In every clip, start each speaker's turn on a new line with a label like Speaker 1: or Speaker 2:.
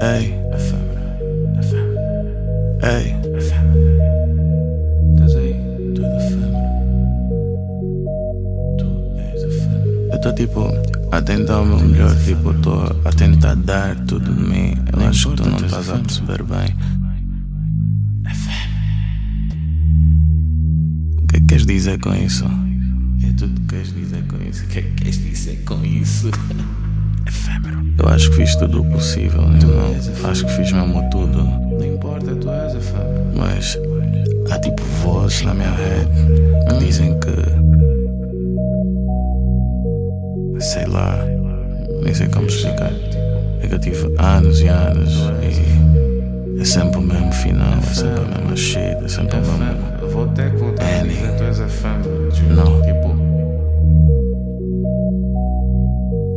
Speaker 1: Ei, a fama, a fama. Ei, a fama. Estás aí? Tu és a fama. Tu és a fama. Eu estou tipo a tentar o meu melhor, tipo, estou a tentar dar tudo de mim. Eu acho que tu não estás a perceber bem. O que é que queres dizer com isso? É tudo que queres dizer com isso. O que é que queres dizer com isso? Efêmero. Eu acho que fiz tudo o possível, né, irmão. Acho que fiz mesmo tudo. Não importa, tu és efêmero. Mas há tipo vozes na minha head que dizem que. Sei lá. Nem sei como explicar. É que eu tive anos e anos e. É sempre o mesmo final, é sempre a mesma shit, é sempre o mesmo.
Speaker 2: Eu vou ter que voltar a
Speaker 1: Annie.
Speaker 2: dizer tu és a fama. de-
Speaker 1: Não.
Speaker 2: Tipo,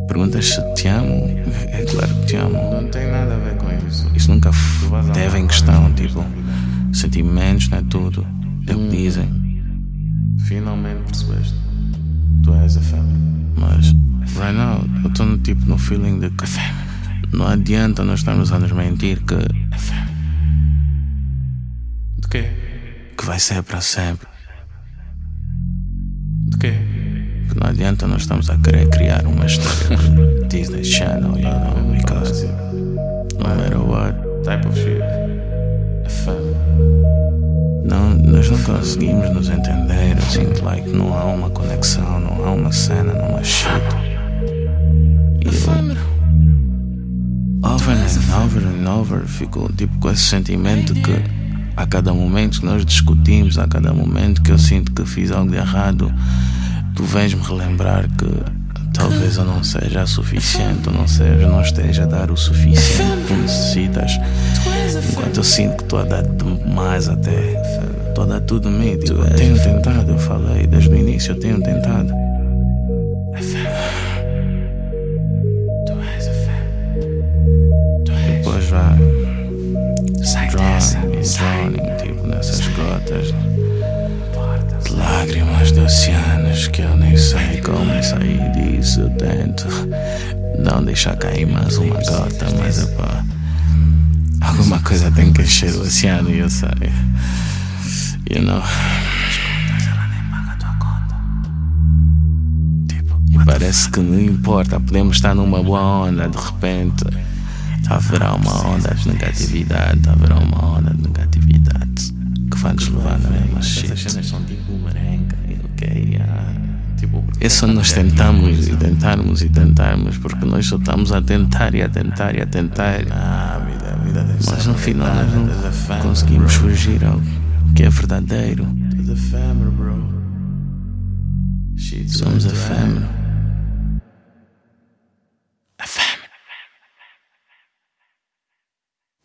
Speaker 1: Perguntas se te amo? É claro que te amo.
Speaker 2: não tem nada a ver com isso.
Speaker 1: Isso nunca f-
Speaker 2: Vais amar
Speaker 1: teve em
Speaker 2: várias
Speaker 1: questão,
Speaker 2: vezes
Speaker 1: tipo,
Speaker 2: na vida.
Speaker 1: sentimentos não é tudo. É o que dizem,
Speaker 2: Finalmente percebeste. Tu és a fama.
Speaker 1: mas right now eu estou no tipo no feeling de que não adianta nós estarmos a nos mentir que,
Speaker 2: De quê?
Speaker 1: que vai ser para sempre.
Speaker 2: De quê?
Speaker 1: Que não adianta nós estamos a querer criar uma história de Disney Channel, you know, because no matter what,
Speaker 2: Type of shit. A fama.
Speaker 1: não, nós não conseguimos nos entender. Eu sinto like não há uma conexão, não há uma cena, não há shit. E eu- over and over and over ficou tipo com esse sentimento que a cada momento que nós discutimos, a cada momento que eu sinto que fiz algo de errado, tu vens-me relembrar que talvez eu não seja suficiente, ou não seja, não esteja a dar o suficiente que tu necessitas. Enquanto eu sinto que estou a dar demais até. Estou a dar tudo de mim. Tipo, eu tenho tentado, eu falei desde o início, eu tenho tentado.
Speaker 2: Tu és a fama.
Speaker 1: Depois vai.
Speaker 2: Sai dessa.
Speaker 1: drowning,
Speaker 2: Sai.
Speaker 1: drowning, tipo nessas gotas de lágrimas de oceanos que eu nem sei como sair disso. Eu tento não deixar cair mais uma gota, mas epá, alguma coisa tem que encher o oceano e eu sei. You know. E Parece que não importa, podemos estar numa boa onda de repente. Haverá uma onda de negatividade, haverá uma onda de negatividade que vai nos levar é? na mesma
Speaker 2: Essas
Speaker 1: shit.
Speaker 2: cenas são tipo merengue.
Speaker 1: Ok, yeah.
Speaker 2: Tipo,
Speaker 1: É só nós tentarmos e tentarmos e tentarmos, porque nós só estamos a tentar e a tentar e a tentar.
Speaker 2: Ah, vida, a vida tem
Speaker 1: Mas no final nós
Speaker 2: és a
Speaker 1: não
Speaker 2: fama,
Speaker 1: conseguimos
Speaker 2: bro.
Speaker 1: fugir ao que é verdadeiro.
Speaker 2: Tu és a fama, bro. Shit, tu
Speaker 1: Somos
Speaker 2: és a fama.
Speaker 1: efêmero.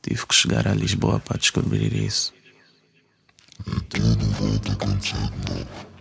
Speaker 1: Tive que chegar a Lisboa para descobrir isso.
Speaker 3: Tudo volta contigo.